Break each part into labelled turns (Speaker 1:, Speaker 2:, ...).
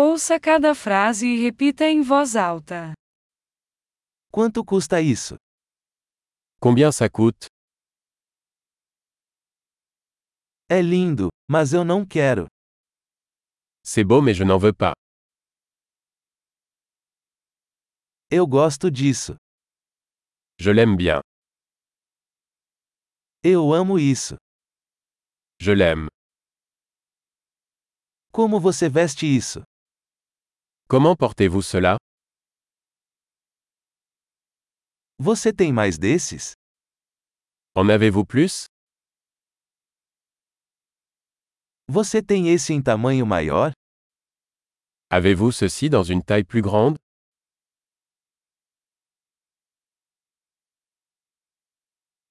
Speaker 1: Ouça cada frase e repita em voz alta.
Speaker 2: Quanto custa isso?
Speaker 3: Combien ça coûte
Speaker 2: É lindo, mas eu não quero.
Speaker 3: C'est beau mais je n'en veux pas.
Speaker 2: Eu gosto disso.
Speaker 3: Je l'aime bien.
Speaker 2: Eu amo isso.
Speaker 3: Je l'aime.
Speaker 2: Como você veste isso?
Speaker 3: Comment portez-vous cela
Speaker 2: Você tem mais desses?
Speaker 3: En avez-vous plus
Speaker 2: Você tem esse em tamanho maior?
Speaker 3: Avez-vous ceci dans une taille plus grande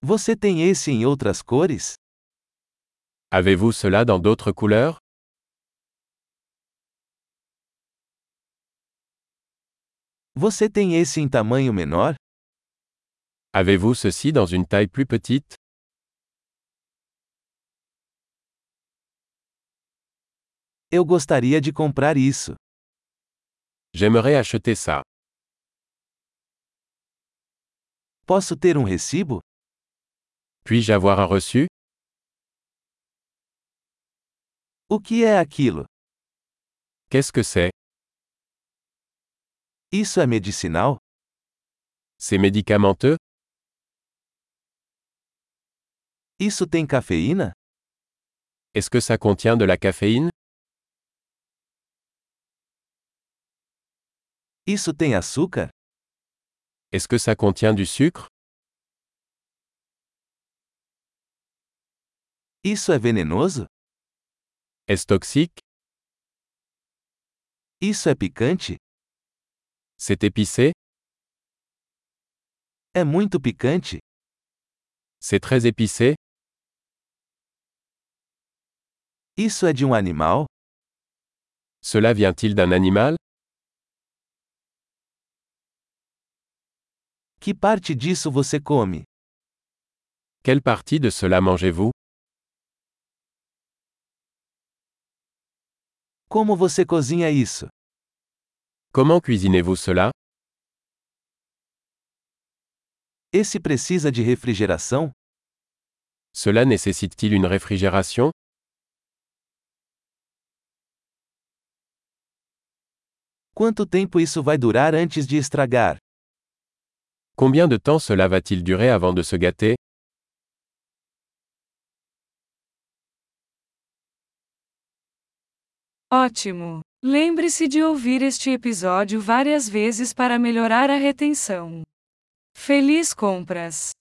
Speaker 2: Você tem esse em outras cores?
Speaker 3: Avez-vous cela dans d'autres couleurs
Speaker 2: Você tem esse em tamanho menor?
Speaker 3: Avez-vous ceci dans une taille plus petite
Speaker 2: Eu gostaria de comprar isso.
Speaker 3: J'aimerais acheter ça.
Speaker 2: Posso ter um recibo?
Speaker 3: Puis-je avoir un reçu
Speaker 2: O que é aquilo?
Speaker 3: Qu'est-ce que c'est
Speaker 2: Isso é medicinal?
Speaker 3: C'est médicamenteux
Speaker 2: Isso tem cafeína?
Speaker 3: Est-ce que ça contient de la caféine
Speaker 2: Isso tem açúcar?
Speaker 3: Est-ce que ça contient du sucre
Speaker 2: Isso é venenoso?
Speaker 3: Est-ce toxique
Speaker 2: Isso é picante?
Speaker 3: C'est épicé
Speaker 2: É muito picante?
Speaker 3: C'est très épicé
Speaker 2: Isso é de um animal?
Speaker 3: Cela vient-il d'un animal
Speaker 2: Que parte disso você come?
Speaker 3: Quelle partie de cela mangez-vous
Speaker 2: Como você cozinha isso?
Speaker 3: Comment cuisinez-vous cela
Speaker 2: Esse precisa de refrigeração?
Speaker 3: Cela nécessite-t-il une réfrigération
Speaker 2: Quanto tempo isso vai durar antes de estragar?
Speaker 3: Combien de temps cela va-t-il durer avant de se gâter
Speaker 1: Ótimo! Lembre-se de ouvir este episódio várias vezes para melhorar a retenção. Feliz compras!